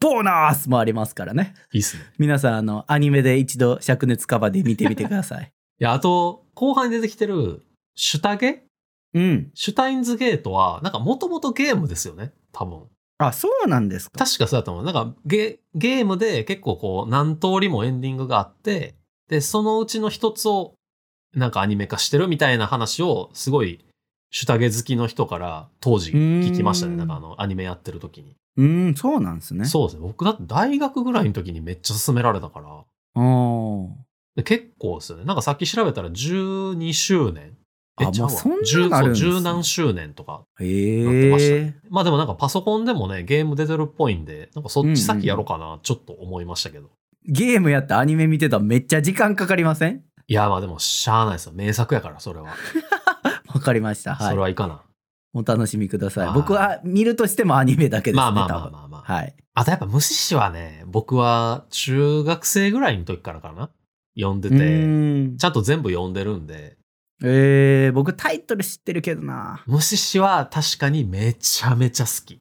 [SPEAKER 2] ボーナースもありますからね。
[SPEAKER 1] いいっすね。
[SPEAKER 2] 皆さん、あの、アニメで一度灼熱カバディ見てみてくださ い。
[SPEAKER 1] いや、あと、後半に出てきてる、シュタゲ
[SPEAKER 2] うん。
[SPEAKER 1] シュタインズゲートは、なんかもともとゲームですよね、多分。
[SPEAKER 2] あ、そうなんですか。
[SPEAKER 1] 確かそうだと思う。なんかゲ、ゲームで結構こう、何通りもエンディングがあって、で、そのうちの一つを、なんかアニメ化してるみたいな話を、すごい、シュタゲ好きの人から当時聞きました
[SPEAKER 2] う
[SPEAKER 1] ね。
[SPEAKER 2] ーん
[SPEAKER 1] なんかあの、アニメやってる時に。
[SPEAKER 2] うーん、そうなんですね。
[SPEAKER 1] そうですね。僕だって大学ぐらいの時にめっちゃ勧められたから、
[SPEAKER 2] う。お
[SPEAKER 1] で結構ですよね。なんかさっき調べたら12周年。
[SPEAKER 2] あ
[SPEAKER 1] ちゃわ
[SPEAKER 2] もうそんなのあるんですね
[SPEAKER 1] 10そう10何周年とか。
[SPEAKER 2] へ
[SPEAKER 1] なってました
[SPEAKER 2] え。
[SPEAKER 1] まあでもなんかパソコンでもね、ゲーム出てるっぽいんで、なんかそっち先やろうかな、ちょっと思いましたけど。
[SPEAKER 2] ゲームやってアニメ見てたらめっちゃ時間かかりません
[SPEAKER 1] いや、まあでも、しゃあないですよ。名作やから、それは。
[SPEAKER 2] わかりました。は
[SPEAKER 1] そ
[SPEAKER 2] い
[SPEAKER 1] れ。はいかな。
[SPEAKER 2] お楽しみください。
[SPEAKER 1] はい
[SPEAKER 2] 僕は見るとしてもアニメだけですね。
[SPEAKER 1] まあまあま
[SPEAKER 2] 多
[SPEAKER 1] あ
[SPEAKER 2] 分
[SPEAKER 1] まあまあ。
[SPEAKER 2] はい。
[SPEAKER 1] あとやっぱ、虫師はね、僕は中学生ぐらいの時からかな。読んで
[SPEAKER 2] う
[SPEAKER 1] て、
[SPEAKER 2] ーん
[SPEAKER 1] ちゃんと全部読んでるんで、
[SPEAKER 2] えー、僕タイトル知ってるけどな。
[SPEAKER 1] 虫師は確かにめちゃめちゃ好き。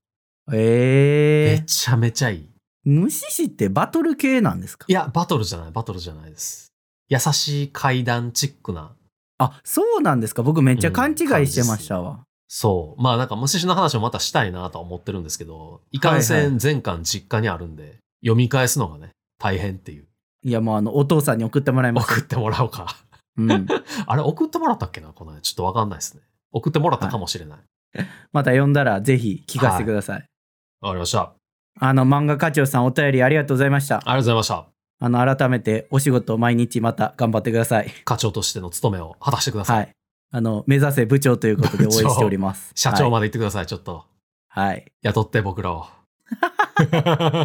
[SPEAKER 1] め
[SPEAKER 2] えー、
[SPEAKER 1] ちゃめちゃいい。
[SPEAKER 2] 虫師ってバトル系なんですか
[SPEAKER 1] いや、バトルじゃない、バトルじゃないです。優しい怪談チックな。
[SPEAKER 2] あ、そうなんですか。僕めっちゃ勘違いしてましたわ。
[SPEAKER 1] そう。まあなんか、虫師の話もまたしたいなとは思ってるんですけど、いかん
[SPEAKER 2] はい
[SPEAKER 1] せ
[SPEAKER 2] は
[SPEAKER 1] ん全巻実家にあるんで、読み返すのがね、大変っていう。
[SPEAKER 2] いや、もうあの、お父さんに送ってもらいます。
[SPEAKER 1] 送ってもらおうか。
[SPEAKER 2] うん。
[SPEAKER 1] あれ、送ってもらったっけなこの間。ちょっとわかんないですね。送ってもらったかもしれない。
[SPEAKER 2] また読んだらぜひ聞かせてください。
[SPEAKER 1] わ、かりました。あ
[SPEAKER 2] あの、漫画課長さんお便りありがとうございました
[SPEAKER 1] り。がとうございました。
[SPEAKER 2] あの、改めてお仕事を毎日また頑張ってください。
[SPEAKER 1] 課長としての務めを果たしてください。
[SPEAKER 2] はい。あの、目指せ部長ということで応援しております。
[SPEAKER 1] 社長まで行ってください。ちょっと、
[SPEAKER 2] はい。はい
[SPEAKER 1] 雇って僕らを。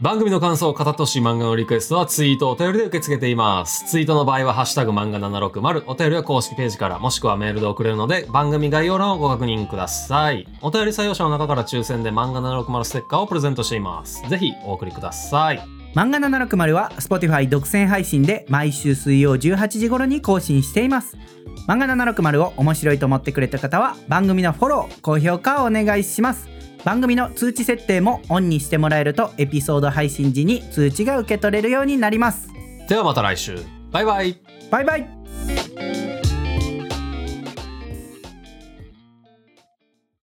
[SPEAKER 1] 番組の感想を語ってほしい漫画のリクエストはツイートお便りで受け付けています。ツイートの場合はハッシュタグ漫画760、お便りは公式ページからもしくはメールで送れるので番組概要欄をご確認ください。お便り採用者の中から抽選で漫画760ステッカーをプレゼントしています。ぜひお送りください。
[SPEAKER 2] 漫画760は Spotify 独占配信で毎週水曜18時頃に更新しています漫画760を面白いと思ってくれた方は番組のフォロー高評価をお願いします番組の通知設定もオンにしてもらえるとエピソード配信時に通知が受け取れるようになります
[SPEAKER 1] ではまた来週。バイバイ。
[SPEAKER 2] バイバイ